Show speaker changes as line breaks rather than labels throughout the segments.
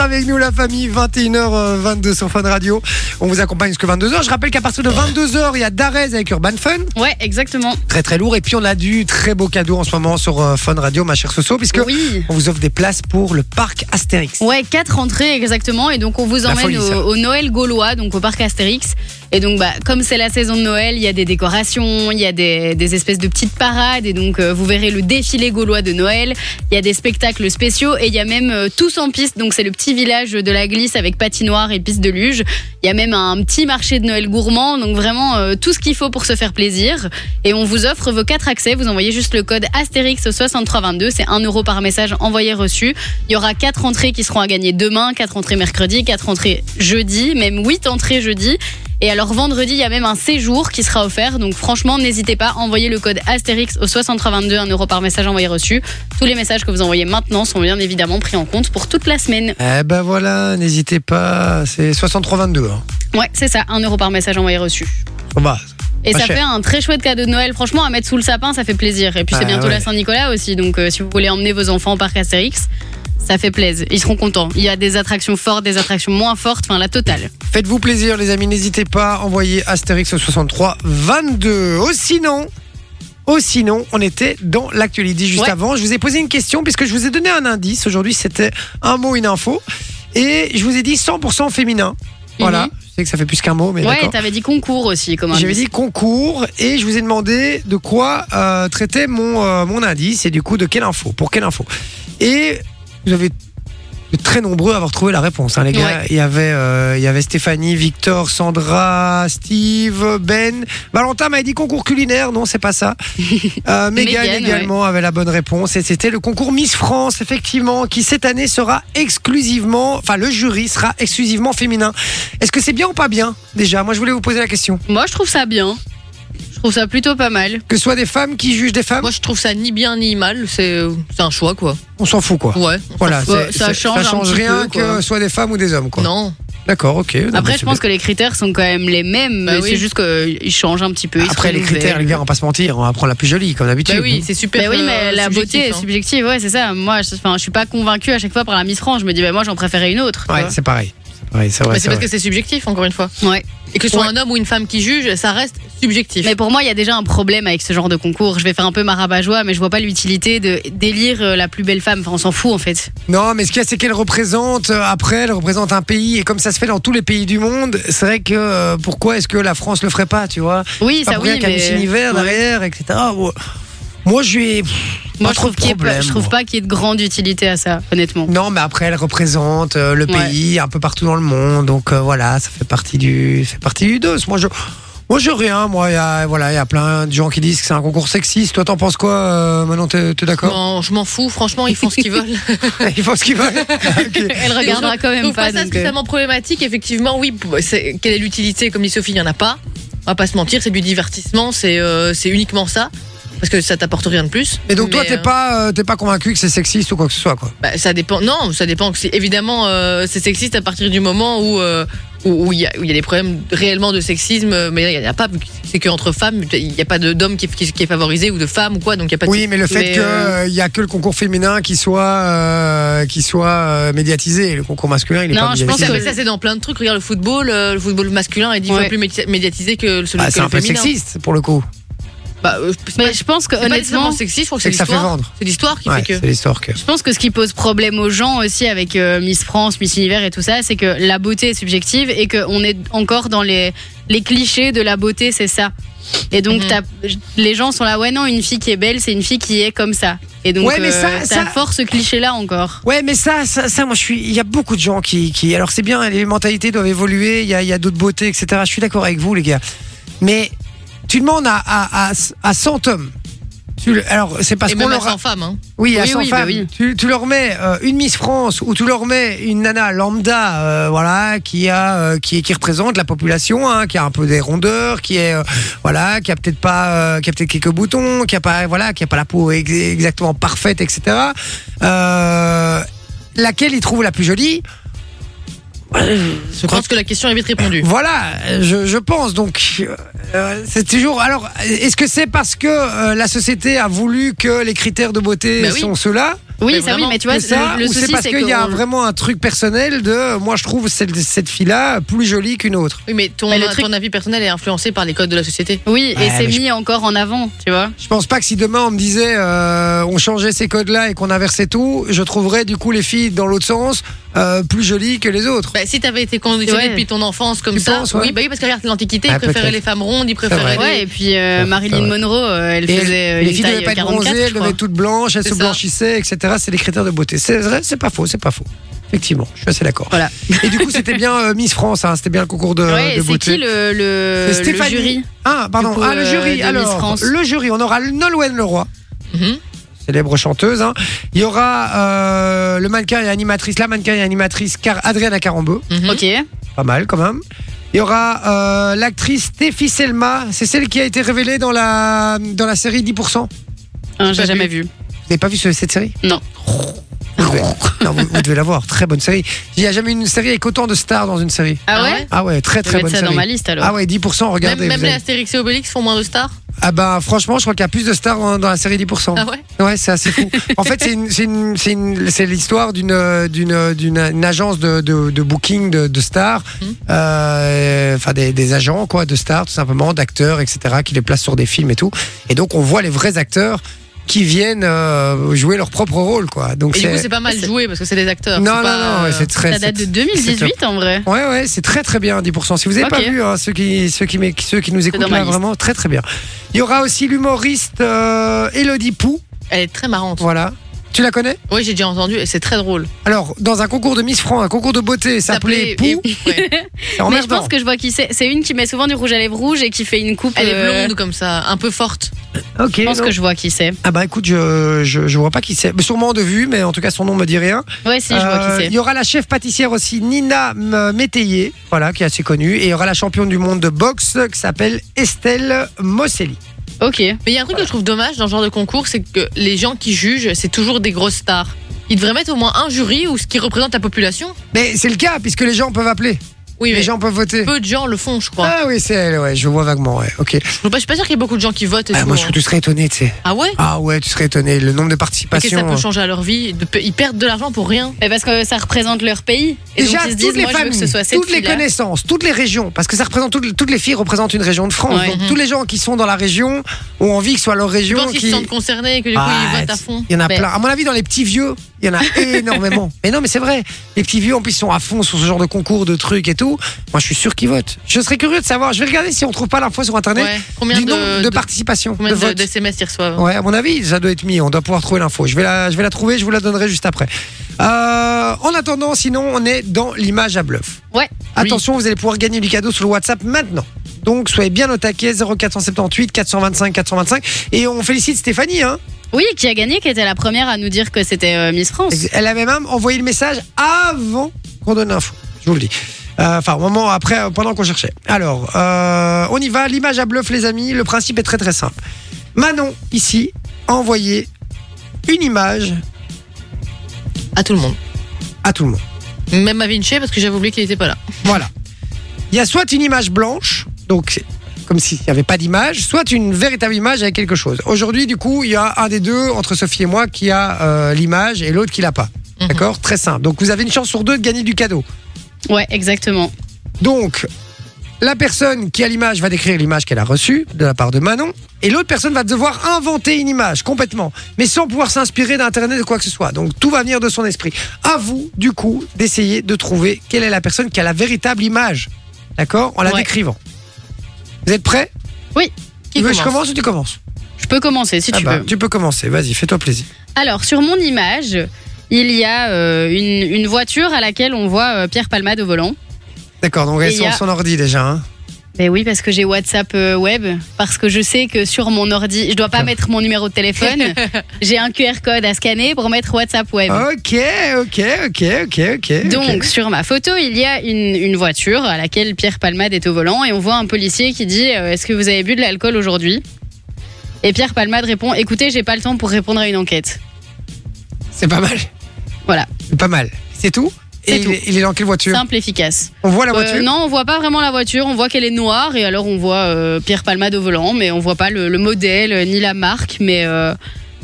avec nous la famille 21h22 euh, sur Fun Radio. On vous accompagne jusqu'à 22h. Je rappelle qu'à partir de 22h, il y a Darez avec Urban Fun.
Ouais, exactement.
Très très lourd. Et puis on a du très beau cadeau en ce moment sur euh, Fun Radio, ma chère Soso, puisque
Oui.
on vous offre des places pour le parc Astérix.
Ouais, quatre entrées exactement. Et donc, on vous
La
emmène
folie,
au,
ça.
au Noël gaulois, donc au parc Astérix. Et donc, bah, comme c'est la saison de Noël, il y a des décorations, il y a des, des espèces de petites parades. Et donc, euh, vous verrez le défilé gaulois de Noël. Il y a des spectacles spéciaux et il y a même euh, tous en piste. Donc, c'est le petit village de la glisse avec patinoire et piste de luge. Il y a même un petit marché de Noël gourmand. Donc, vraiment, euh, tout ce qu'il faut pour se faire plaisir. Et on vous offre vos quatre accès. Vous envoyez juste le code Astérix au 6322. C'est 1 euro par message envoyé reçu. Il y aura quatre entrées qui seront à gagner demain, quatre entrées mercredi, quatre entrées jeudi, même huit entrées jeudi. Et alors vendredi, il y a même un séjour qui sera offert. Donc franchement, n'hésitez pas, envoyez le code Astérix au 6322, 1 euro par message envoyé reçu. Tous les messages que vous envoyez maintenant sont bien évidemment pris en compte pour toute la semaine.
Eh ben voilà, n'hésitez pas. C'est 6322. Hein.
Ouais, c'est ça, 1 euro par message envoyé reçu.
On va.
Et
Pas
ça
cher.
fait un très chouette cadeau de Noël. Franchement, à mettre sous le sapin, ça fait plaisir. Et puis c'est
Ah,
bientôt
ouais.
la Saint-Nicolas aussi. Donc euh, si vous voulez emmener vos enfants au parc Astérix, ça fait plaisir. Ils seront contents. Il y a des attractions fortes, des attractions moins fortes, enfin la totale.
Faites-vous plaisir, les amis. N'hésitez pas. Envoyez Astérix au 63 22. Oh, sinon. Oh, sinon, on était dans l'actualité juste
Ouais.
avant. Je vous ai posé une question puisque je vous ai donné un indice. Aujourd'hui, c'était un mot, une info. Et je vous ai dit 100% féminin. Voilà.
Mhm.
Je sais que ça fait plus qu'un mot, mais
ouais,
d'accord.
t'avais dit concours aussi, comme un
J'avais dit concours et je vous ai demandé de quoi euh, traitait mon, euh, mon indice et du coup de quelle info, pour quelle info. Et vous avez de très nombreux à avoir trouvé la réponse, hein, les gars.
Ouais.
Il, y avait, euh, il y avait Stéphanie, Victor, Sandra, Steve, Ben. Valentin m'avait dit concours culinaire, non, c'est pas ça. Euh, Mégane
Mégane,
également avait la bonne réponse et c'était le concours Miss France, effectivement, qui cette année sera exclusivement, enfin le jury sera exclusivement féminin. Est-ce que c'est bien ou pas bien déjà Moi, je voulais vous poser la question.
Moi, je trouve ça bien. Je trouve ça plutôt pas mal.
Que ce soit des femmes qui jugent des femmes,
Moi, je trouve ça ni bien ni mal. C'est c'est un choix, quoi.
on s'en fout quoi.
Ouais.
Voilà,
Ouais,
c'est-
ça
c'est-
change
ça
un
change
petit
rien
peu, quoi.
que ce soit des femmes ou des hommes quoi.
Non.
D'accord, ok. Non, mais
Après,
c'est
je pense que les critères sont quand même les mêmes.
Bah
mais
oui.
C'est juste qu'ils changent un petit peu.
bien.
ils se
Après les
renouvellent.
critères, les gars, on va pas se mentir, on va prendre la plus jolie comme
Bah
d'habitude.
oui, c'est super.
Bah oui, mais
euh,
la beauté est
subjectif, hein.
subjective, ouais, c'est ça. Moi, je, enfin, je suis pas convaincue à chaque fois par la Miss France. Je me dis, bah, moi, j'en préférais une autre. tu
Ouais,
vois.
c'est pareil. C'est pareil, c'est vrai.
Mais
c'est
c'est parce
vrai.
que c'est subjectif, encore une fois.
ouais.
Et que ce soit
Ouais.
un homme ou une femme qui juge, ça reste subjectif.
Mais pour moi, il y a déjà un problème avec ce genre de concours. Je vais faire un peu ma rabat-joie, mais je vois pas l'utilité de délire euh, la plus belle femme. Enfin, on s'en fout en fait.
Non, mais ce qu'il y a, c'est qu'elle représente, euh, après, elle représente un pays, et comme ça se fait dans tous les pays du monde, c'est vrai que euh, pourquoi est-ce que la France le ferait pas, tu vois
Oui,
Pas
ça
pour
oui,
rien qu'il y a Miss
mais
Univers derrière, etc. Moi, moi, je lui ai. pff,
moi,
pas
je
trop de
trouve, qu'il y ait pas-
problème,
je trouve
moi.
pas qu'il y ait de grande utilité à ça, honnêtement.
Non, mais après, elle représente euh, le
Ouais.
pays un peu partout dans le monde. Donc euh, voilà, ça fait partie du, ça fait partie du dos. Moi, je, moi, je rien. Moi, il y a, voilà, il y a plein de gens qui disent que c'est un concours sexiste. Toi, t'en penses quoi, euh, Manon T'es t'es d'accord
Non, je m'en fous, franchement, ils font ce qu'ils veulent.
Ils font ce qu'ils veulent. Ok.
Elle regardera quand
Je
même
trouve
pas.
pas ça
donc, euh,
spécialement problématique, effectivement, oui. bah, c'est- Quelle est l'utilité Comme dit Sophie, il n'y en a pas. On va pas se mentir, c'est du divertissement, c'est euh, c'est uniquement ça. Parce que ça t'apporte rien de plus.
Et donc, toi,
Mais,
t'es
euh,
pas, euh, t'es pas convaincu que c'est sexiste ou quoi que ce soit, quoi.
Bah, ça dépend. Non, ça dépend. que c'est- Évidemment, euh, c'est sexiste à partir du moment où euh, où où il y, a- où il y a des problèmes réellement de sexisme. euh, Mais là, il n'y en a pas. vu que C'est qu'entre femmes, il n'y a pas de- d'homme qui, qui, qui est favorisé ou de femme ou quoi. Donc il y a pas. De
Oui, mais le fait
mais,
qu'il
euh,
y a que le concours féminin qui soit, euh, qui soit euh, médiatisé, le concours masculin, il est
Non,
pas
je pense
Ça,
médiatisé.
mais ça, c'est dans plein de trucs. Regarde le football. euh, le football masculin est dix
Ouais.
fois plus médi- médiatisé que celui
Ah,
que
c'est un
le
peu
féminin.
sexiste pour le coup.
Bah, euh, c'est pas-
Mais je pense que
c'est pas
honnêtement,
nécessairement sexiste. Je crois que
C'est
c'est
que ça fait
l'histoire.
vendre.
C'est l'histoire qui
Ouais,
fait que.
c'est l'histoire que.
je pense que ce qui pose problème aux gens aussi avec euh, Miss France, Miss Univers et tout ça, c'est que la beauté est subjective et qu'on est encore dans les, les clichés de la beauté, c'est ça. Et donc
Mhm.
t'as- les gens sont là, ouais non, une fille qui est belle, c'est une fille qui est comme ça. Et donc
Ouais, mais ça-
euh,
ça-
t'as fort ce cliché-là encore.
Ouais, mais ça, ça, ça, moi, je suis. Il y a beaucoup de gens qui, qui alors c'est bien, les mentalités doivent évoluer. Il y a, il y a d'autres beautés, etc. Je suis d'accord avec vous, les gars. Mais tu demandes à à, à, à 100 hommes. Tu le- alors c'est parce
Et
qu'on
même
leur a-
sans femme. Hein.
oui à
Oui,
100
oui, bah
femmes.
oui.
Tu, tu leur mets euh, une Miss France ou tu leur mets une nana lambda, euh, voilà, qui a euh, qui qui représente la population, hein, qui a un peu des rondeurs, qui est euh, voilà, qui a peut-être pas, euh, qui a peut-être quelques boutons, qui a pas voilà, qui a pas la peau ex- exactement parfaite, etc. Euh, laquelle il trouve la plus jolie.
Je pense que la question est vite répondue.
Voilà, je, je pense. Donc, euh, c'est toujours. Alors, est-ce que c'est parce que euh, la société a voulu que les critères de beauté
Bah oui.
sont ceux-là
Oui, ça
Mais
oui,
vraiment,
mais tu vois,
que ça,
le, le
ou c'est
souci,
parce
c'est
qu'il y a
qu'on-
vraiment un truc personnel de euh, moi je trouve cette, cette fille-là plus jolie qu'une autre.
Oui, mais ton,
Mais le truc-
ton avis personnel est influencé par les codes de la société.
Oui,
Ouais,
et c'est
mais je-
mis encore en avant, tu vois.
Je pense pas que si demain on me disait euh, on changeait ces codes-là et qu'on inversait tout, je trouverais du coup les filles dans l'autre sens euh, plus jolies que les autres.
Bah, si t'avais été conditionné
Ouais.
depuis ton enfance comme
Tu
ça,
penses, ouais.
oui, bah oui, parce que regarde, l'Antiquité,
Ah,
ils préféraient
peut-être.
les femmes rondes, ils
vrai.
préféraient. les-
Ouais, et puis euh,
Ça, ça,
Marilyn
ouais.
Monroe, euh, elle
Et les
faisait une
filles devaient
taille
pas être
44,
bronzées,
je
elles
crois.
devaient toutes blanches, elles
C'est
se
ça.
blanchissaient, etc. C'est les critères de beauté. C'est vrai, c'est pas faux, c'est pas faux. Effectivement, je suis assez d'accord.
Voilà.
Et du coup, c'était bien euh, Miss France, hein, c'était bien le concours de,
Ouais,
de
et c'est
beauté.
qui le, euh, le-
C'est
le
Stéphanie.
jury
Ah, pardon,
Du coup,
ah, le
euh, de
jury.
Miss
Alors,
France.
le jury, on aura Nolwenn Leroy.
Mhm.
célèbre chanteuse. hein. Il y aura euh, le mannequin et animatrice, la mannequin et animatrice Car Adriana Carambeau,
Mhm.
Ok.
pas mal quand même. Il y aura euh, l'actrice Tefi Selma, c'est celle qui a été révélée dans la, dans la série 10%. Vous
Hein, J'ai
pas
jamais vu.
n'avez pas vu ce- cette série
Non.
Vous devez, non, vous, vous devez la voir, très bonne série. Il n'y a jamais eu une série avec autant de stars dans une série.
Ah ouais,
Ah ouais
Ah ouais, très
Je vais
très
mettre
bonne
ça dans
série.
ma liste alors.
Ah ouais, 10%, regardez.
même même
vous
les
avez-
Astérix et Obélix font moins de stars.
Ah bah franchement, je crois qu'il y a plus de stars dans, dans la série 10%.
Ah ouais
Ouais, c'est assez fou. En fait, c'est une- c'est une- c'est une- c'est l'histoire d'une euh, d'une euh, d'une une agence de, de, de booking de, de stars,
Mhm.
euh, enfin des, des agents quoi de stars tout simplement, d'acteurs etc. qui les placent sur des films et tout. Et donc on voit les vrais acteurs qui viennent euh, jouer leur propre rôle quoi. Donc
Et du coup, c'est
c'est
pas mal
c'est-
joué parce que c'est des acteurs.
non non
c'est pas,
non, ouais,
euh,
c'est très
Ça date de
c'est-
2018 en vrai.
Ouais ouais, c'est très très bien 10%. Si vous n'avez
Ok.
pas vu hein, ceux qui ceux qui m'é- ceux qui nous écoutent
dans ma
là
liste.
vraiment très très bien. Il y aura aussi l'humoriste euh, Elodie Pou,
Elle est très marrante.
voilà. Tu la connais
Oui, j'ai déjà entendu et c'est très drôle.
Alors, dans un concours de Miss France, un concours de beauté, s'appelait
T'appelais-
Pou.
et- ouais.
C'est
Mais je
emmerdant.
pense que je vois qui c'est. C'est une qui met souvent du rouge à lèvres rouge et qui fait une coupe.
Elle
euh,
est blonde comme ça, un peu forte.
Ok,
Je pense
non.
que je vois qui c'est.
Ah bah écoute, je, je, je vois pas qui c'est. Mais Sûrement de vue, mais en tout cas, son nom me dit rien.
Ouais, si, je vois
Euh,
qui
il y aura la chef pâtissière aussi, Nina M- Métayer, voilà, qui est assez connue. Et il y aura la championne du monde de boxe qui s'appelle Estelle Mosselli.
c'est. Ok. Eh,
Mais il y a un truc que je trouve dommage dans ce genre de concours, c'est que les gens qui jugent, c'est toujours des grosses stars. Ils devraient mettre au moins un jury ou ce qui représente la population.
Mais c'est le cas, puisque les gens peuvent appeler.
Oui,
Les
mais
gens peuvent voter.
peu de gens le font, je crois.
Ah oui, c'est elle, ouais, je vois vaguement, ouais. Ok.
Je suis pas, je suis pas sûre qu'il y ait beaucoup de gens qui votent. et
Ah,
tout,
moi, je
hein.
trouve que tu serais étonné, tu sais.
Ah ouais
Ah ouais, tu serais étonné. Le nombre de
Parce que
participations.
ça peut
hein.
changer à leur vie. de- Ils perdent de l'argent pour rien.
Mais parce que ça représente leur pays. Et
Déjà,
donc ils se
toutes
disent,
les
moi, je veux
familles,
que ce soit cette
toutes les
fille-là.
connaissances, toutes les régions, parce que ça représente toutes, toutes les filles représentent une région de France.
Ouais. Mm-hmm.
Donc,
Mhm.
tous les gens qui sont dans la région ont envie que ce soit leur
Je
région
pense qu'ils
qui.
se sentent concernés et que du coup
Ah,
ils votent à fond.
Il y en a
Mais
plein. À mon avis, dans les petits vieux, il y en a énormément. mais non, mais c'est vrai. Les petits vieux, en plus, ils sont à fond sur ce genre de concours, de trucs et tout. Moi, je suis sûr qu'ils votent. Je serais curieux de savoir. Je vais regarder si on trouve pas l'info sur internet
ouais. Combien
du
de,
nombre de,
de-
participations,
combien
de
de-
votes.
de SMS ils reçoivent
Ouais, à mon avis, ça doit être mis. On doit pouvoir trouver l'info. Je vais la, je vais la trouver. Je vous la donnerai juste après. Euh, en attendant, sinon, on est dans l'image à bluff.
Ouais.
Attention, vous allez pouvoir gagner du cadeau sur le WhatsApp maintenant. Donc, soyez bien au taquet 0478 425 425. Et on félicite Stéphanie. Hein.
Oui, qui a gagné, qui était la première à nous dire que c'était euh, Miss France.
Elle avait même envoyé le message avant qu'on donne l'info. Je vous le dis. Euh, Enfin, au moment après, euh, pendant qu'on cherchait. Alors, euh, on y va. L'image à bluff, les amis. Le principe est très très simple. Manon, ici, a envoyé une image
À tout le monde.
à tout le monde.
Même à Vinci parce que j'avais oublié qu'il était pas là.
Voilà. Il y a soit une image blanche, donc c'est comme s'il n'y avait pas d'image, soit une véritable image avec quelque chose. Aujourd'hui, du coup, il y a un des deux, entre Sophie et moi, qui a euh, l'image et l'autre qui l'a pas.
Mhm.
D'accord Très simple. Donc vous avez une chance sur deux de gagner du cadeau.
Ouais, exactement.
Donc, la personne qui a l'image va décrire l'image qu'elle a reçue de la part de Manon, et l'autre personne va devoir inventer une image complètement, mais sans pouvoir s'inspirer d'Internet ou quoi que ce soit. Donc, tout va venir de son esprit. À vous, du coup, d'essayer de trouver quelle est la personne qui a la véritable image, d'accord En la
Ouais.
décrivant. Vous êtes prêts
Qui
Tu veux que
commence
je commence ou tu commences
Je peux commencer si
Ah
tu
bah,
veux.
Tu peux commencer, vas-y, fais-toi plaisir.
Alors, sur mon image, il y a euh, une, une voiture à laquelle on voit euh, Pierre Palmade au volant.
D'accord, donc
Et
elle
il y a-
sur son ordi déjà. hein.
Ben oui, parce que j'ai WhatsApp euh, web, parce que je sais que sur mon ordi, je dois
Ah.
pas mettre mon numéro de téléphone. j'ai un QR code à scanner pour mettre WhatsApp web.
Ok, ok, ok, ok, Ah, ok.
Eh Donc,
ok.
sur ma photo, il y a une, une voiture à laquelle Pierre Palmade est au volant et on voit un policier qui dit euh, Est-ce que vous avez bu de l'alcool aujourd'hui Et Pierre Palmade répond Écoutez, j'ai pas le temps pour répondre à une enquête.
c'est pas mal.
Voilà.
C'est pas mal. C'est tout
C'est
Et
tout.
Il, est, il est dans quelle voiture
Simple, efficace.
On voit la
Euh,
voiture
non, on voit pas vraiment la voiture, on voit qu'elle est noire et alors on voit euh, Pierre Palmade au volant, mais on voit pas le, le modèle euh, ni la marque, mais. euh,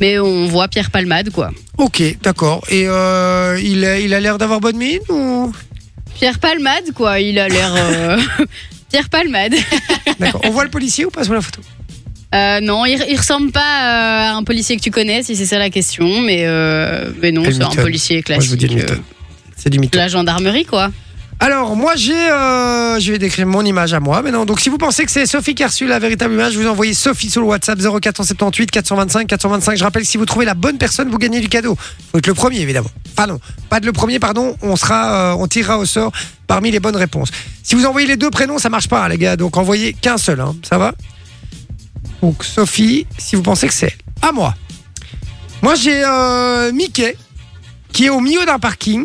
Mais on voit Pierre Palmade, quoi.
Ok, d'accord. Et euh, il, a- il a l'air d'avoir bonne mine ou
Pierre Palmade, quoi. Il a l'air. euh, Pierre Palmade.
D'accord. On voit le policier ou pas sur la photo
Euh, non, il, il ressemble pas euh, à un policier que tu connais, si c'est ça la question, mais, euh, mais non,
Elle
c'est un
m'étonne.
policier
Moi, je
classique.
vous dis le mytho.
euh,
C'est du mytho.
de la gendarmerie, quoi.
Alors, moi, j'ai, euh, je vais décrire mon image à moi maintenant. Donc, si vous pensez que c'est Sophie qui a reçu la véritable image, vous envoyez Sophie sur le WhatsApp 0478 425 425. Je rappelle, si vous trouvez la bonne personne, vous gagnez du cadeau. Faut être le premier, évidemment. Enfin, non, pas de le premier, pardon. On sera, euh, on tirera au sort parmi les bonnes réponses. Si vous envoyez les deux prénoms, ça marche pas, hein, les gars. Donc, envoyez qu'un seul, hein. Ça va? Donc, Sophie, si vous pensez que c'est elle. À moi. Moi, j'ai, euh, Mickey, qui est au milieu d'un parking.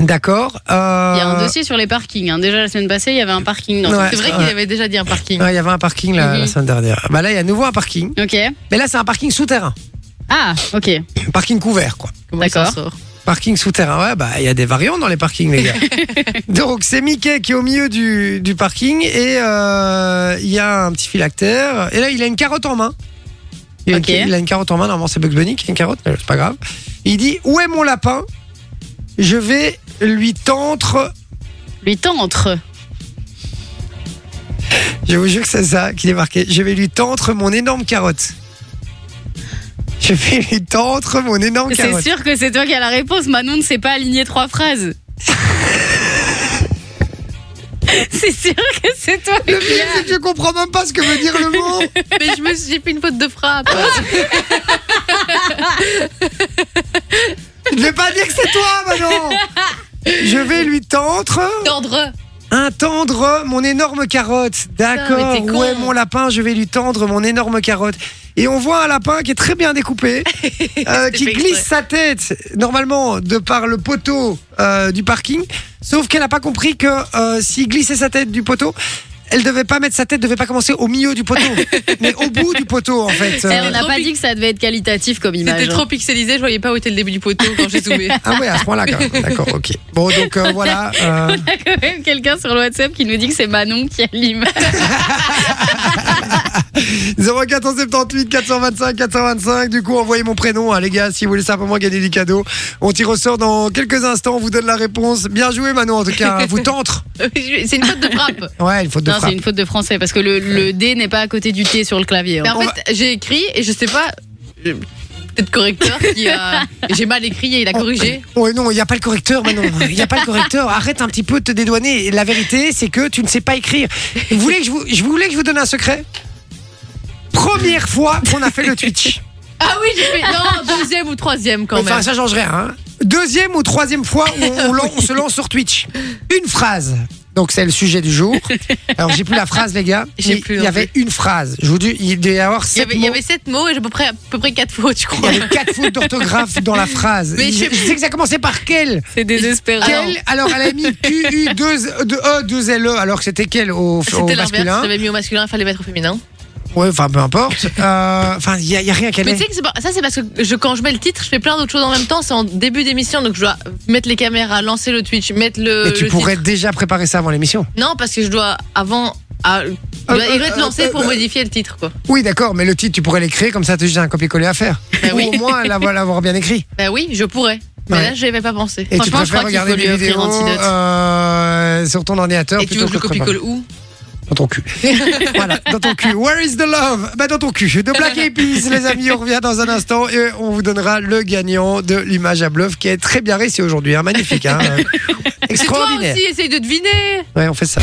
D'accord.
Il y a un
Euh,
dossier sur les parkings. hein. Déjà la semaine passée, il y avait un parking. Dans
Ouais.
C'est vrai qu'il avait déjà dit un parking.
Ouais, il y avait un parking la-
Mhm.
la semaine dernière. Bah là, il y a à nouveau un parking.
Ok.
Mais là, c'est un parking souterrain.
Ah, ok.
Un Parking couvert, quoi.
Comment il s'en
D'accord.
sort
Parking souterrain, ouais, bah il y a des variantes dans les parkings, les gars. Donc c'est Mickey qui est au milieu du, du parking et euh, il y a un petit phylactère. Et là, il a une carotte en main. Il a,
Ok.
une, il a une carotte en main, normalement c'est Bugs Bunny qui a une carotte, mais c'est pas grave. Il dit Où est mon lapin Je vais lui tendre.
Lui t'entre.
Je vous jure que c'est ça qu'il est marqué. Je vais lui tendre mon énorme carotte. Je vais lui tendre mon énorme
C'est
carotte.
sûr que c'est toi qui as la réponse. Manon ne sait pas aligner trois phrases. c'est sûr que c'est toi.
Le pire, c'est que je comprends même pas ce que veut dire le mot.
Mais je me suis j'ai fait une faute de frappe.
Je vais pas dire que c'est toi, Manon. Je vais lui tendre.
Tendre.
Un tendre, mon énorme carotte. D'accord.
mais t'es con.
Ouais, mon lapin, je vais lui tendre mon énorme carotte. Et on voit un lapin qui est très bien découpé, euh, qui
fait
glisse
exprès.
sa tête, normalement, de par le poteau euh, du parking. Sauf qu'elle n'a pas compris que euh, s'il glissait sa tête du poteau, elle devait pas mettre sa tête, devait pas commencer au milieu du poteau, mais au bout du poteau, en fait.
Eh,
Euh,
on n'a
trop
pas
pic-
dit que ça devait être qualitatif comme image.
C'était
hein.
trop pixelisé, je voyais pas où était le début du poteau quand j'ai zoomé.
Ah ouais, à ce point-là, quand même. D'accord, ok. Bon, donc euh, voilà. euh,
Il y a quand même quelqu'un sur le WhatsApp qui nous dit que c'est Manon qui a l'image.
0478 425 425. Du coup, envoyez mon prénom, hein, les gars, si vous voulez simplement gagner du cadeau. On tire au sort dans quelques instants. On vous donne la réponse. Bien joué, Manon, en tout cas. hein. Vous tente.
C'est une faute de frappe.
Ouais, il faut de
Non, c'est
frappe.
une faute de français parce que le, le D n'est pas à côté du T sur le clavier. hein.
Mais en
On
fait, j'ai écrit et je sais pas. je- Peut-être correcteur qui a. J'ai mal écrit et il a corrigé.
Oh, Ouais, non, il n'y a pas le correcteur, Manon. Il n'y a pas le correcteur. Arrête un petit peu de te dédouaner. La vérité, c'est que tu ne sais pas écrire. Vous voulez que je vous, je voulais que je vous donne un secret Première fois qu'on a fait le Twitch.
Ah oui, j'ai fait. Non, deuxième ou troisième quand
Enfin,
même.
ça change rien. hein. Deuxième ou troisième fois, on, on lan- on se lance sur Twitch. Une phrase. Donc c'est le sujet du jour. Alors j'ai plus la phrase, les gars.
J'ai
mais
plus
Il y
non
avait une phrase. Je vous dis, il devait y avoir
Il y,
sept
avait, il y
mots.
avait sept mots et j'ai à peu près, à peu près quatre fautes, je
Il
crois.
y avait quatre fautes d'orthographe dans la phrase.
Mais
je,
je-
je sais que ça commençait par quel.
C'est désespérant.
Quel Alors elle a mis Q U 2 E 2 L E. Alors que c'était quel au, au
Ah, C'était l'inverse.
masculin.
J'avais mis au masculin, fallait mettre au féminin.
Eh Ouais, enfin peu importe. Euh, Enfin il y, a- il y a rien qu'elle
Mais tu
ait.
sais que c'est pas- ça, c'est parce que je, quand je mets le titre, je fais plein d'autres choses en même temps. C'est en début d'émission, donc je dois mettre les caméras, lancer le Twitch, mettre le.
Mais tu
le
pourrais
titre.
déjà préparer ça avant l'émission.
Non, parce que je dois avant. à- il doit-
euh,
il doit être
euh,
lancé
euh,
pour
euh,
modifier le titre, quoi.
Oui, d'accord, mais le titre, tu pourrais l'écrire comme ça, tu as juste un copier-coller à faire.
Ben
Ou
oui.
au moins l'avoir l'avoir bien écrit.
Bah oui, je pourrais. Mais
Ouais.
là, je n'y avais pas pensé.
Et tu
Franchement, je
préfères
crois qu'il
regarder
faut lui
des
offrir
vidéos
antidote.
euh, sur ton ordinateur
Et tu
plutôt
veux que je le
le préparer.
copie-colle où
Dans ton cul. voilà, dans ton cul. Where is the love bah, Dans ton cul. De Black Eyed Peas, les amis, on revient dans un instant et on vous donnera le gagnant de l'image à bluff qui est très bien réussi aujourd'hui. hein. Magnifique. hein.
C'est toi
Extraordinaire.
aussi, essaye de deviner
Ouais, on fait ça.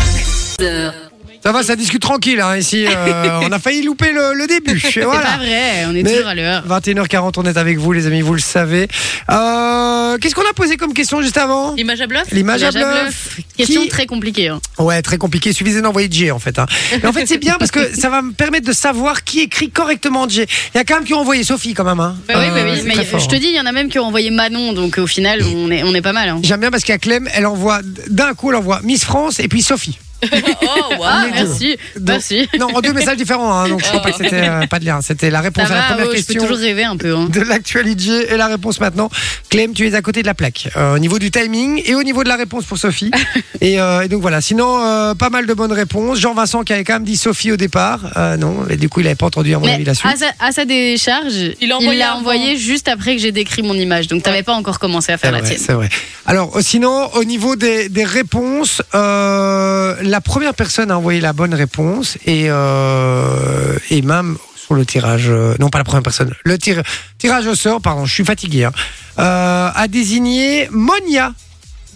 Ça va, ça discute tranquille hein, ici. euh, on a failli louper le, le début.
C'est pas
Voilà.
vrai, on est
Mais-
toujours à l'heure.
21h40, on est avec vous, les amis, vous le savez. Euh, Qu'est-ce qu'on a posé comme question juste avant
L'image à bluff
L'image à
L'image à
bluff.
Question
Qui-
très compliquée. hein.
Ouais, très compliqué. Il suffisait d'envoyer J en fait. hein. Mais en fait, c'est bien parce que ça va me permettre de savoir qui écrit correctement J. Il y a quand même qui ont envoyé Sophie quand même. Hein.
Bah oui, bah oui,
c'est
Mais
très
y-
fort,
je te
hein.
dis, il y en a même qui ont envoyé Manon, donc au final, on est, on est pas mal. hein.
J'aime bien parce qu'à Clem, elle envoie d'un coup, elle envoie Miss France et puis Sophie.
oh, waouh,
Les deux.
Ah, Merci,
Ah, Donc-
merci.
Non, en deux messages différents, hein, donc je crois pas que c'était euh, pas de lien. C'était la
Oh. Ça
réponse à la
va,
première
ouais, je peux
question.
toujours rêver un peu. hein.
de l'actualité et la réponse maintenant. Clem, tu es à côté de la plaque euh, au niveau du timing et au niveau de la réponse pour Sophie. et, euh, et donc voilà, sinon euh, pas mal de bonnes réponses. Jean-Vincent qui avait quand même dit Sophie au départ, Euh, non, et du coup il n'avait pas entendu à mon
Mais ah,
avis la suite.
à sa, à sa décharge,
Il
il
l'a
l'a
envoyé
envoyé,
avant.
juste après que j'ai décrit mon image. Donc, t'avais pas encore commencé à
C'est
faire la
vrai,
tienne.
c'est vrai. Alors, euh, sinon, au niveau des, des réponses, euh, la première personne a envoyé la bonne réponse et, euh, et même sur le tirage, euh, non pas la première personne, le tir- tirage au sort, pardon, je suis fatigué, hein, euh, a désigné Monia.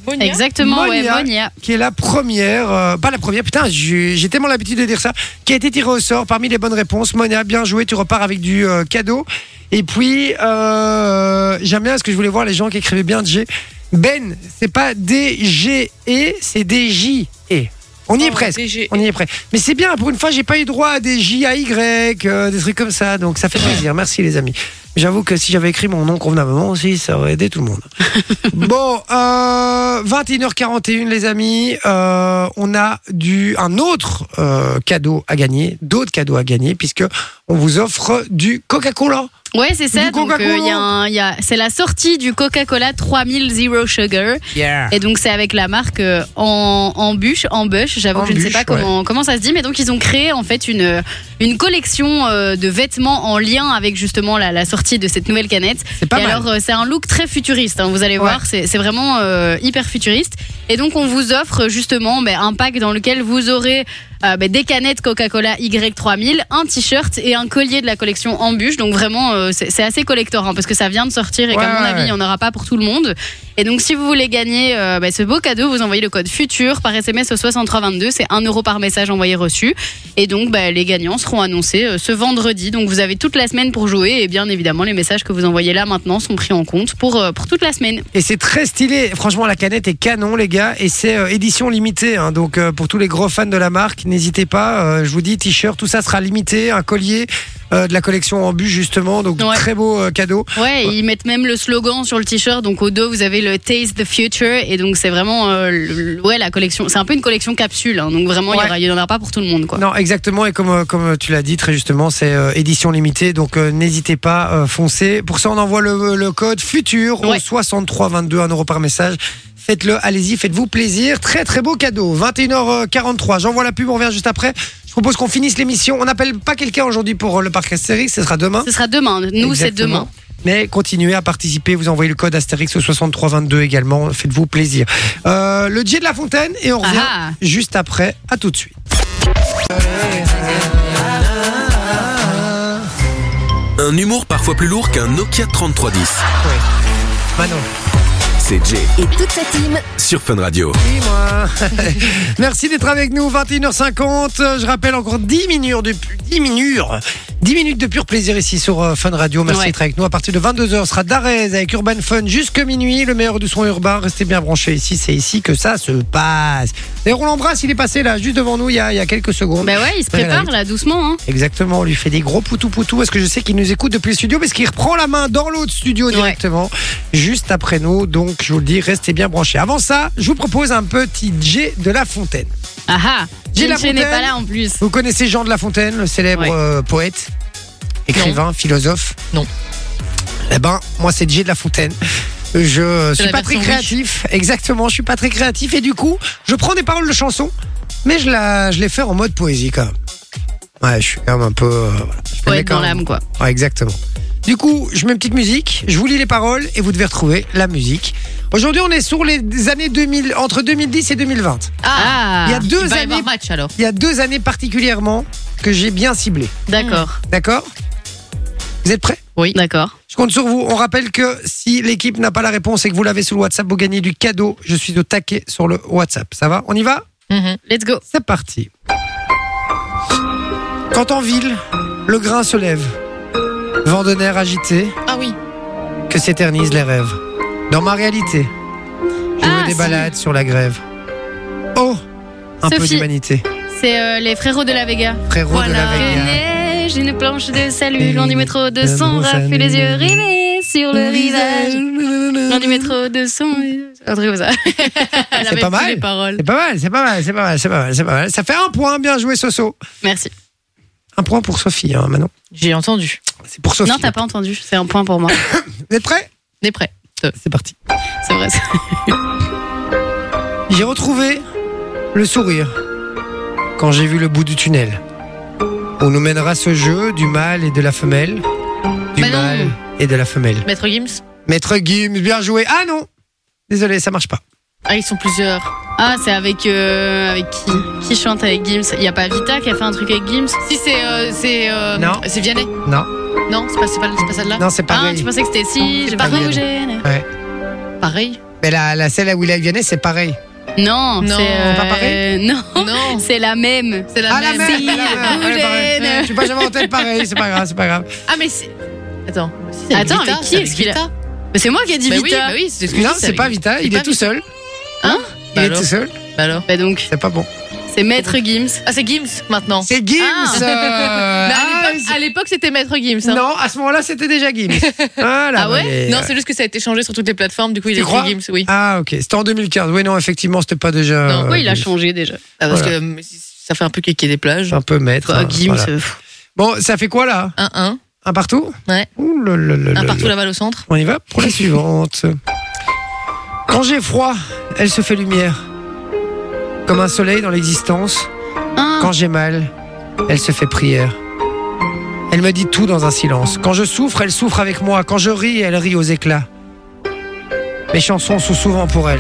Monia.
Exactement, ouais,
Monia.
Monia.
qui est la première, euh, pas la première, putain, j'ai j'ai tellement l'habitude de dire ça, qui a été tirée au sort parmi les bonnes réponses. Monia, bien joué, tu repars avec du euh, cadeau. Et puis, euh, j'aime bien ce que je voulais voir les gens qui écrivaient bien G. Ben, c'est pas D-G-E, c'est D-J-E. On y est
Oh,
presque.
DG.
On y est prêt. Mais c'est bien, pour une fois, j'ai pas eu droit à des J, à Y, euh, des trucs comme ça. Donc ça fait plaisir. Merci, les amis. J'avoue que si j'avais écrit mon nom convenablement aussi, ça aurait aidé tout le monde. bon, euh, 21h41, les amis. euh, on a du, un autre euh, cadeau à gagner, d'autres cadeaux à gagner, puisque on vous offre du Coca-Cola.
Ouais, c'est ça.
Du
Donc, euh,
Coca-Cola.
il y a un- il y a- c'est la sortie du Coca-Cola 3000 Zero Sugar. Et donc, c'est avec la marque euh, en, en bûche, en bûche. J'avoue
En
que je ne sais
bûche,
pas comment, comment ça se dit. Mais donc, ils ont créé en fait une, une collection euh, de vêtements en lien avec justement la, la sortie de cette nouvelle canette.
C'est pas
et
mal.
alors, euh, c'est un look très futuriste, hein, vous allez voir, c'est c'est vraiment euh, hyper futuriste. Et donc, on vous offre euh, justement ben, un pack dans lequel vous aurez euh, ben, des canettes Coca-Cola Y3000, un t-shirt et un collier de la collection Embûche. Donc, vraiment, euh, c'est c'est assez collector hein, parce que ça vient de sortir et
Ouais,
qu'à mon
ouais,
avis, il n'y en aura pas pour tout le monde. Et donc, si vous voulez gagner euh, ben, ce beau cadeau, vous envoyez le code FUTUR par SMS au 6322, c'est 1 euro par message envoyé reçu. Et donc, bah, les gagnants seront annoncés euh, ce vendredi. Donc, vous avez toute la semaine pour jouer. Et bien évidemment, les messages que vous envoyez là maintenant sont pris en compte pour, euh, pour toute la semaine.
Et c'est très stylé. Franchement, la canette est canon, les gars. Et c'est euh, édition limitée. hein. Donc, euh, pour tous les gros fans de la marque, n'hésitez pas. Euh, je vous dis, t-shirt, tout ça sera limité. Un collier euh, de la collection en bus, justement. Donc,
Ouais.
très beau euh, cadeau.
Ouais, ils mettent même le slogan sur le t-shirt. Donc, au dos, vous avez le Taste the Future. Et donc, c'est vraiment euh, le- le- ouais, la collection. C'est un peu une collection capsule. hein. donc, vraiment, il y
Ouais.
aura- il n'y en aura pas pour tout le monde. Quoi.
Non, exactement. Et comme, euh, comme tu l'as dit très justement, c'est euh, édition limitée. Donc, euh, n'hésitez pas, euh, foncez. Pour ça, on envoie le, le code FUTUR au
Ouais.
6322, 1 euro par message. Faites-le, allez-y, faites-vous plaisir. Très, très beau cadeau. 21h43. J'envoie la pub, on revient juste après. Je propose qu'on finisse l'émission. On n'appelle pas quelqu'un aujourd'hui pour euh, le parc Astérix, ce sera demain.
Ce sera demain. Nous, c'est
Exactement.
demain.
Mais continuez à participer, vous envoyez le code Astérix au 6322 également, faites-vous plaisir. Euh, le DJ de la Fontaine et on revient
Ah.
juste après, à tout de suite.
Un humour parfois plus lourd qu'un Nokia 3310.
Manon.
C'est Jay
Et toute sa team.
sur Fun Radio.
Oui, moi. Merci d'être avec nous, 21h50. Je rappelle encore 10 minutes de, 10 minutes, 10 minutes de pur plaisir ici sur euh, Fun Radio. Merci
Ouais.
d'être avec nous. À partir de 22h, sera Darez avec Urban Fun jusque minuit, le meilleur du son urbain. Restez bien branchés ici, c'est ici que ça se passe. D'ailleurs, on l'embrasse, il est passé là, juste devant nous, il y a, il y a quelques secondes.
Bah ouais, ils se
Ouais, la
préparent
vie.
là, doucement. hein.
Exactement, on lui fait des gros poutou-poutou parce que je sais qu'il nous écoute depuis le studio parce qu'il reprend la main dans l'autre studio directement, juste après nous. Donc, je vous le dis, restez bien branchés. Avant ça, je vous propose un petit J de La Fontaine.
Ah ah.
Gilles
Gilles n'est
Lafontaine.
pas là en plus.
Vous connaissez Jean de La Fontaine, le célèbre
Ouais.
euh, poète, écrivain, philosophe
Non.
Eh ben, moi, c'est J de La Fontaine. Je suis
la
pas très
version riche.
créatif, exactement, je suis pas très créatif et du coup, je prends des paroles de chansons, mais je, la, je les fais en mode poésie quand même. Ouais, je suis quand même un peu. euh, voilà. Je me mets
Poète
quand
dans
même-
l'âme, quoi.
Ouais, exactement. Du coup, je mets une petite musique, je vous lis les paroles et vous devez retrouver la musique. Aujourd'hui, on est sur les années 2000, entre 2010 et 2020.
Ah,
Il y a deux
Il va y avoir
années,
match alors.
il y a deux années particulièrement que j'ai bien ciblées.
d'accord.
D'accord Vous êtes prêts
Oui. D'accord.
je compte sur vous. On rappelle que si l'équipe n'a pas la réponse et que vous l'avez sur le WhatsApp, vous gagnez du cadeau. Je suis au taquet sur le WhatsApp. Ça va On y va
Mhm.
Let's go.
C'est parti. Quand en ville, le grain se lève, vent de nerf agité,
Ah oui.
que s'éternisent les rêves. Dans ma réalité, je
Ah,
veux des
si.
balades sur la grève. Oh, un peu
Sophie.
d'humanité,
C'est euh, les frérots de la Vega.
frérot de la
Que
Vega.
neige, une planche de salut, loin du métro, de
Un
son
bon
rafut,
salut.
les yeux rivés sur le visage. Dans du métro de son. Un truc comme ça. Elle avait
pas
plus
mal.
les paroles.
C'est pas mal, c'est pas mal, c'est pas mal, c'est pas mal, c'est pas mal. Ça fait un point, bien joué Soso.
Merci.
Un point pour Sophie, hein, Manon.
J'ai entendu.
C'est pour Sophie.
Non, t'as pas entendu. C'est un point pour moi.
Vous êtes prêts
On est prêt.
C'est parti.
C'est vrai. ça.
J'ai retrouvé le sourire quand j'ai vu le bout du tunnel. On nous mènera ce jeu du mâle et de la femelle. Du
Bah non.
mâle et de la femelle.
Maître Gims
Maître Gims, bien joué. Ah non Désolé, ça marche pas.
Ah, ils sont plusieurs.
Ah, c'est avec, euh, avec qui Qui chante avec Gims Il y a pas Vita qui a fait un truc avec Gims
Si, c'est. euh, c'est. euh,
Non.
C'est Vianney.
Non,
Non, c'est pas, c'est pas, c'est pas celle-là.
non, c'est
Ah,
pareil.
tu pensais que c'était si J'ai
pas
pas
Vianney.
bougé.
Pareil.
Mais la, la celle à Will Vianney, c'est pareil.
Non,
Non,
c'est euh,
pas
pareil. Non,
Non.
c'est la même.
C'est la
ah,
même.
la merde,
si,
la merde, ouais,
bougez,
pareil.
ne-
Je sais pas, j'avais en tête pareil, c'est pas grave, c'est pas grave.
Ah, mais c'est. Attends. Si, c'est
Attends,
Vita,
avec qui
c'est
est-ce qu'il a-
Vita
Mais c'est moi qui ai dit
Bah oui,
Vita.
bah oui, c'est ce que je
Non,
dis,
c'est pas
avec-
Vita,
c'est
il
pas
est tout seul.
Hein
Il
Bah
est
alors
tout seul,
Bah alors
Bah donc,
c'est pas bon.
c'est Maître Gims.
Ah, c'est Gims maintenant.
C'est Gims
Ah.
euh,
Mais
ah,
à l'époque- à l'époque, c'était Maître Gims. hein.
Non, à ce moment-là, c'était déjà Gims. Voilà,
Ah ouais
mais-
Non, c'est juste que ça a été changé sur toutes les plateformes, du coup il
Tu
est
crois
écrit Gims, oui.
Ah ok, c'était en 2015. Oui, non, effectivement, c'était pas déjà.
Non,
euh,
Pourquoi il a
Gims.
changé déjà
Ah, parce
voilà.
que euh, ça fait un peu kéké des plages.
C'est un peu maître.
Bah,
hein,
Gims.
voilà.
euh,
Bon, ça fait quoi là
1-1,
Un partout
Ouais.
Ouh, le, le, le,
un
le,
partout
le.
là-bas au centre.
On y va pour la suivante. Quand j'ai froid, elle se fait lumière. Comme un soleil dans l'existence.
hein.
Quand j'ai mal, elle se fait prière. Elle me dit tout dans un silence. Quand je souffre, elle souffre avec moi. Quand je ris, elle rit aux éclats. Mes chansons sont souvent pour elle.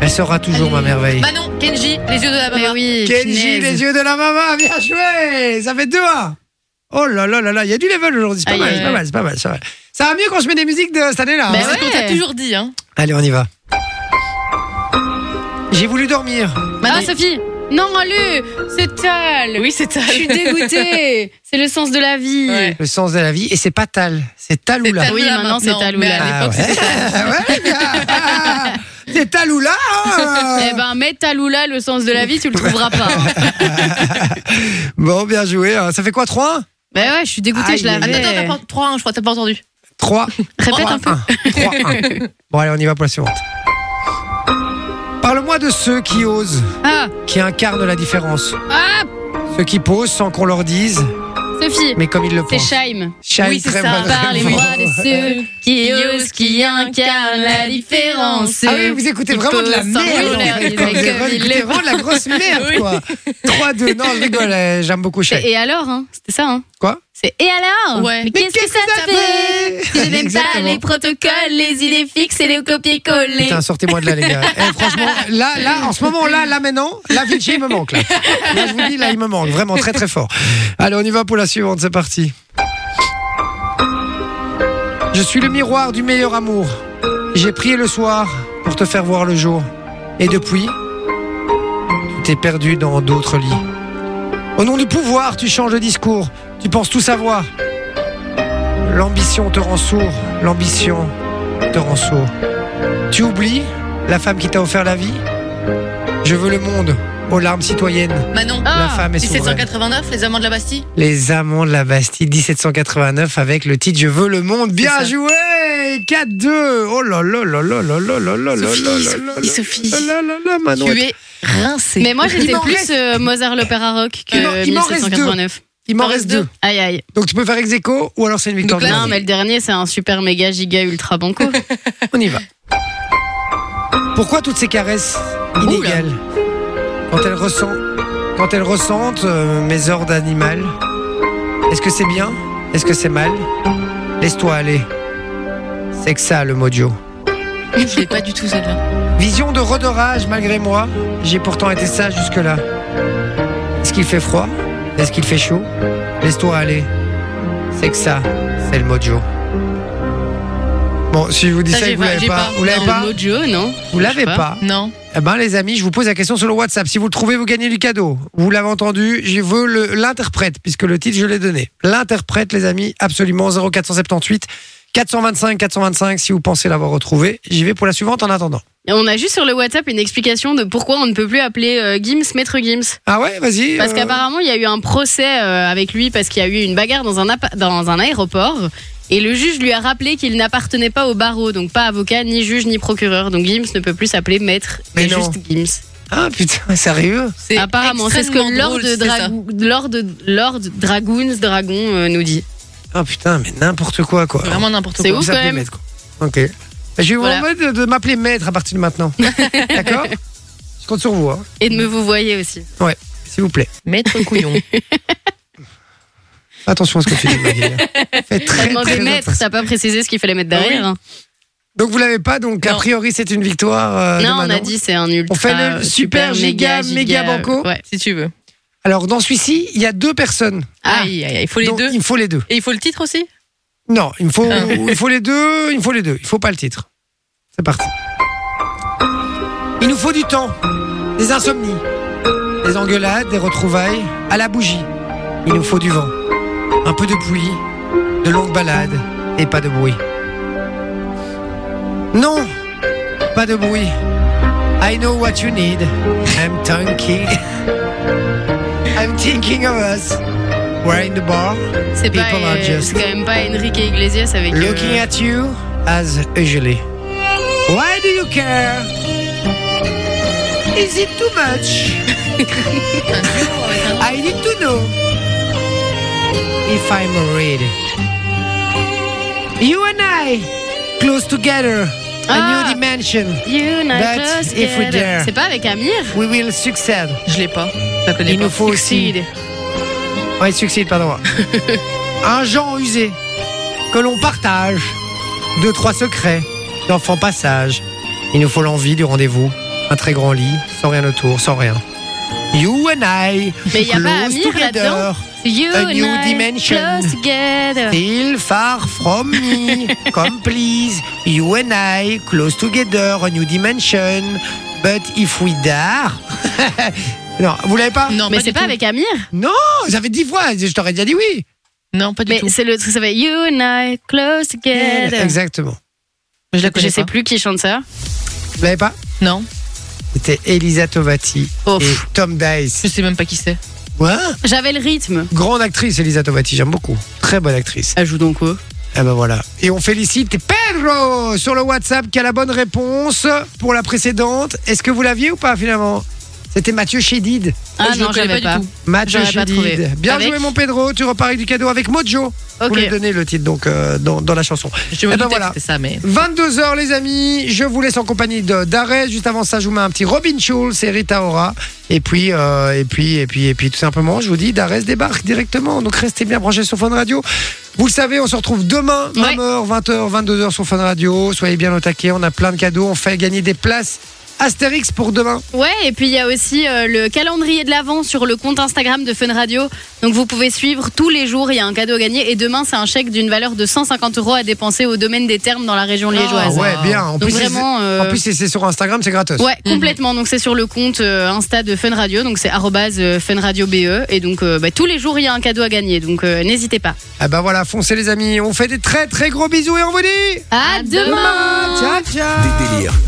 Elle sera toujours ma merveille.
Manon, Kenji, les yeux de la
Mais
maman.
bah oui,
Kenji,
punaise.
les yeux de la maman, bien joué Ça fait deux hein. Oh là là là là, il y a du level aujourd'hui, c'est pas,
Aïe,
mal,
aïe,
c'est pas
aïe. Ben
mal, c'est pas mal, c'est pas mal. Ça va mieux quand je mets des musiques de cette année-là.
Bah,
hein.
ouais.
c'est ce qu'on t'a toujours dit, hein.
Allez, on y va. J'ai voulu dormir.
Ah, Sophie Non, Lu C'est Tal
Oui, c'est ça.
Je suis dégoûtée C'est le sens de la vie
Ouais.
Le sens de la vie, et c'est pas Tal, c'est Taloula.
Tal.
Oui,
Taloula
maintenant c'est
maintenant, mais
Taloula.
à
Ah ouais, ouais, bien. Ah, c'est Taloula. hein.
Eh ben, mets Taloula, le sens de la vie, tu le trouveras pas.
Bon, bien joué. hein. Ça fait quoi, 3
Mais Bah ouais, je suis dégoûtée,
Aïe,
je l'avais.
Attends, attends, t'as pas- 3-1, je crois, t'as pas entendu.
3
Répète un peu.
3-1. Bon, allez, on y va pour la suivante. Parle-moi de ceux qui osent,
Ah,
qui incarnent la différence.
ah,
Ceux qui posent sans qu'on leur dise,
Sophie
mais comme ils le
C'est
pensent.
Chaim.
Shine,
Oui, c'est
très
ça.
bonne
Parlez-moi de
réponse.
ceux qui osent, qui incarnent la différence.
Ah oui, vous écoutez
Qui
vraiment de la
posent sans
merde. en
leur
fait,
dire
quoi. Vous
que ils
écoutez
le
vraiment de la grosse merde, quoi. 3-2, non, je rigole, euh, j'aime beaucoup Shine.
Et alors, hein C'était ça, hein
Quoi
C'est et alors
Ouais.
Mais qu'est-ce que ça fait Si je n'aime pas les protocoles, les idées fixes et les copier-coller.
Putain, sortez-moi de là, les gars. Eh, franchement, là, là, en ce moment, là, là, maintenant, là, Vinci, il me manque, là. Là, je vous dis, là, il me manque, vraiment, très, très fort. Allez, on y va pour la suivante, c'est parti. Je suis le miroir du meilleur amour. J'ai prié le soir pour te faire voir le jour. Et depuis, tu t'es perdu dans d'autres lits. Au nom du pouvoir, tu changes de discours. Tu penses tout savoir. L'ambition te rend sourd. L'ambition te rend sourd. Tu oublies la femme qui t'a offert la vie Je veux le monde aux larmes citoyennes.
Manon,
Ah.
la femme est souveraine.
1789, les amants de la Bastille.
Les amants de la Bastille 1789 avec le titre Je veux le monde. Bien
ça.
joué 4-2 Oh là là là là là là là là là là
Sophie,
là là
Sophie, Sophie,
là là là là, Manon.
tu es rincée.
Mais moi
Il
j'étais
m'en
plus
reste-
euh, Mozart l'opéra rock que
Il m'en- il m'en reste
1789.
Il m'en
t'en
reste
restes deux.
deux.
Aïe aïe.
Donc tu peux faire ex aequo ou alors c'est une victoire
Donc là,
de
Non
Manon.
mais le dernier c'est un super méga giga ultra banco.
Eh On y va. Pourquoi toutes ces caresses inégales quand elles, ressent, quand elles ressentent euh, mes ordres d'animal Est-ce que c'est bien Est-ce que c'est mal Laisse-toi aller. C'est que ça le modio.
je l'ai pas du tout celle-là.
Vision de redorage malgré moi, j'ai pourtant été sage jusque-là. Est-ce qu'il fait froid Est-ce qu'il fait chaud Laisse-toi aller. C'est que ça, c'est le mojo. Bon, si je vous dis
Ça,
ça, et
j'ai
que vous
pas-
l'avez
j'ai
pas.
pas.
ben, Vous l'avez
Non,
pas
Mojo non
Vous l'avez
Je sais
pas
Non.
eh ben les amis, je vous pose la question sur le WhatsApp. Si vous le trouvez, vous gagnez du cadeau. Vous l'avez entendu, je veux le- l'interprète, puisque le titre, je l'ai donné. L'interprète, les amis, absolument, 0478 425 425, si vous pensez l'avoir retrouvé. J'y vais pour la suivante en attendant.
Et On a juste sur le WhatsApp une explication de pourquoi on ne peut plus appeler euh, Gims maître Gims.
Ah ouais, vas-y.
Parce
euh,
qu'apparemment il y a eu un procès euh, avec lui parce qu'il y a eu une bagarre dans un, appa- dans un aéroport. Et le juge lui a rappelé qu'il n'appartenait pas au barreau, donc pas avocat, ni juge, ni procureur. Donc Gims ne peut plus s'appeler maître,
Mais
mais,
non.
juste Gims.
Ah putain, sérieux
C'est
Apparemment, c'est ce que
extrêmement
Lord,
drôle, c'est ça.
Dragou- Lord, Lord Dragoons Dragon euh, nous dit.
Ah putain, mais n'importe quoi quoi.
C'est vraiment n'importe
C'est
quoi.
ouf,
Vous appelez
quand même.
maître, quoi. Ok. Bah, Je vais vous
Voilà.
en mode de m'appeler maître à partir de maintenant. D'accord Je compte sur vous, hein,
Et de me vous voyez aussi.
s'il vous plaît.
Maître couillon.
Attention à ce que tu dis, Magali. Faites
T'as
très,
demandé
très Ah
maître,
attention.
t'as pas précisé ce qu'il fallait mettre derrière. hein.
Donc vous l'avez pas, donc a
Non.
priori c'est une victoire. euh, de
non, on a
Manon.
dit c'est un ultra. euh,
On fait le super giga, méga banco.
Ouais.
si tu veux.
Alors dans celui-ci, il y a deux personnes.
Ah.
Aïe, aïe, aïe, il faut les
Donc,
deux.
Il me faut les deux.
Et il faut le titre aussi
Non, il me faut,
Ah.
il me faut les deux, il me faut les deux. Il faut pas le titre. C'est parti. Il nous faut du temps, des insomnies, des engueulades, des retrouvailles, à la bougie. Il nous faut du vent, un peu de pluie, de longues balades et pas de bruit. Non, pas de bruit. I know what you need. I'm thinking. I'm thinking of us. We're in the bar.
C'est pas,
People are
euh,
just-
c'est quand même pas Enrique Iglesias avec. euh,
Looking at you as usually. Why do you care? Is it too much? I need to know if I'm ready. You and I close together a
Ah.
new dimension.
You not
But
just
if we
get-
dare.
C'est pas avec Amir
We will succeed.
Je l'ai pas. Je la connais
Il nous
pas.
faut aussi
Succeed.
Ouais, succès, pardon. un genre usé que l'on partage. Deux, trois secrets d'enfants passage. Il nous faut l'envie du rendez-vous. Un très grand lit, sans rien autour, sans rien. You and I,
Mais y a pas
close
Amir
together,
là-dedans Euh. You
A new
and I
dimension.
close together.
till far from me, come please. You and I, close together, a new dimension. But if we dare... non, vous l'avez pas
Non,
Mais
pas
c'est
du
pas
tout.
avec Amir
Non, j'avais dix fois, je t'aurais déjà dit oui.
Non, pas du
Mais
tout.
c'est le truc, ça fait You and I close together.
Exactement.
Je la
Je
connais
sais
pas.
plus qui chante ça.
Vous l'avez pas
Non,
C'était Elisa Tovati
Oh,
et
pff,
Tom Dice.
je sais même pas qui c'est.
Ouais.
J'avais le rythme.
Grande actrice, Elisa Tovati, j'aime beaucoup. Très bonne actrice.
Elle joue donc quoi
Eh ben voilà. Et on félicite Pedro sur le WhatsApp qui a la bonne réponse pour la précédente. Est-ce que vous l'aviez ou pas finalement C'était Mathieu Chédid.
Ah
Je
non,
le connais
j'avais
pas
pas.
du tout.
Mathieu
J'aurais pas trouvé.
Chédid. Bien
Avec
joué mon Pedro, tu repars avec du cadeau avec Mojo. Vous lui
Ok.
donnez le titre donc euh, dans, dans la chanson.
Je me
Eh ben
doutais
voilà.
que c'était ça, mais.
22h les amis, je vous laisse en compagnie de d'Arès. Juste avant ça, je vous mets un petit Robin Schulz et Rita Ora. Et puis, euh, et puis, et puis, et puis, tout simplement, je vous dis, d'Arès débarque directement. Donc restez bien branchés sur Fun Radio. Vous le savez, on se retrouve demain, même
Ouais.
heure, 20h, 22h sur Fun Radio. Soyez bien au taquet, on a plein de cadeaux. On fait gagner des places Astérix pour demain.
Ouais, et puis il y a aussi euh, le calendrier de l'Avent sur le compte Instagram de Fun Radio. Donc vous pouvez suivre tous les jours, il y a un cadeau à gagner. Et demain, c'est un chèque d'une valeur de 150 euros à dépenser au domaine des termes dans la région
Ah
liégeoise.
ouais, bien. En
Donc
plus,
vraiment.
c'est-
euh,
en plus, c'est- c'est sur Instagram, c'est gratos.
Ouais, complètement. Donc c'est sur le compte euh, Insta de Fun Radio, donc c'est arrobase, euh, @funradiobe et donc euh, bah, tous les jours il y a un cadeau à gagner, donc euh, n'hésitez pas.
Ah bah voilà, foncez les amis. On fait des très très gros bisous et on vous dit
À, demain.
ciao ciao.
Des délires